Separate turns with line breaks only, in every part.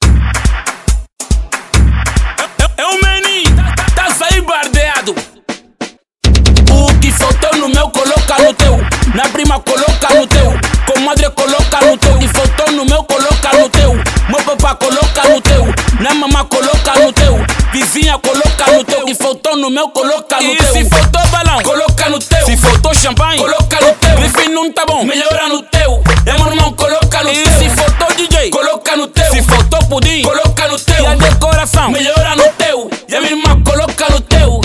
É um tá, coloca no teu. Na mamá, coloca no teu. Vizinha, coloca no teu. Que faltou no meu, coloca no
E
teu.
se faltou
balão, coloca no teu. Se faltou champanhe, coloca no teu. Bife não tá bom, melhora no teu. É meu irmão, coloca no
E
teu.
se
faltou DJ, coloca no teu. Se faltou pudim, coloca no teu.
E a
decoração, melhora no teu. E a minha irmã, coloca no teu.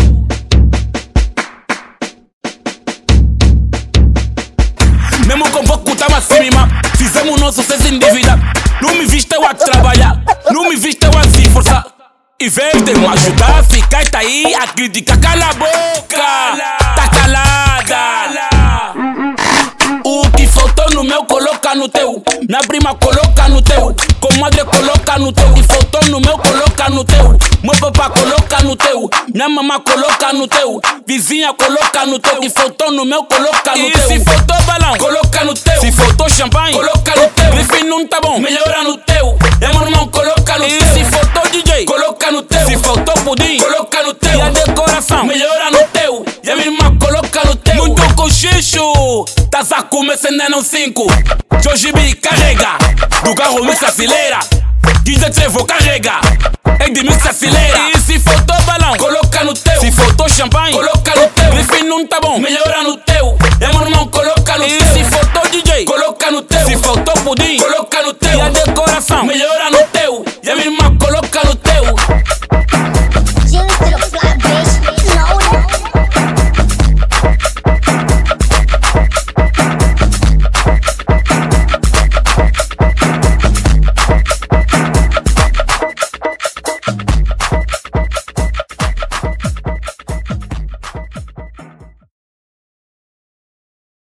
Mesmo com pouco tá tava acima Fizemos nosso sem se endividar Não me viste eu a trabalhar Não me viste eu a se forçar Em vez de me um ajudar Ficais tá aí a criticar Cala a boca Tá calada O que faltou no meu coloca no teu Minha prima coloca no teu Comadre coloca no teu O que faltou no meu coloca no teu Meu papá coloca no teu Minha mamá coloca no teu Vizinha coloca no teu O que faltou no meu coloca no
E
teu
se
faltou balão, coloca no teu. Se faltou champanhe, coloca no teu. Bife não tá bom, melhora no teu. É meu irmão, coloca no
E
teu.
se
faltou DJ, coloca no teu. Se faltou pudim, coloca no teu. E a decoração, melhora no teu. E a minha irmã, coloca no teu. Muito cochicho, taça começando no 5. Jojibi carrega, do carro me acelera. DJ Trevo carrega, Edmilson se acelera. E se faltou balão, coloca no teu. Se faltou champanhe, coloca no teu. Bife não tá bom, melhora no teu. É meu irmão, coloca no
E
teu.
se
faltou DJ, coloca no teu. Se faltou pudim, coloca no teu. E a decoração, melhora no teu. E a minha irmã,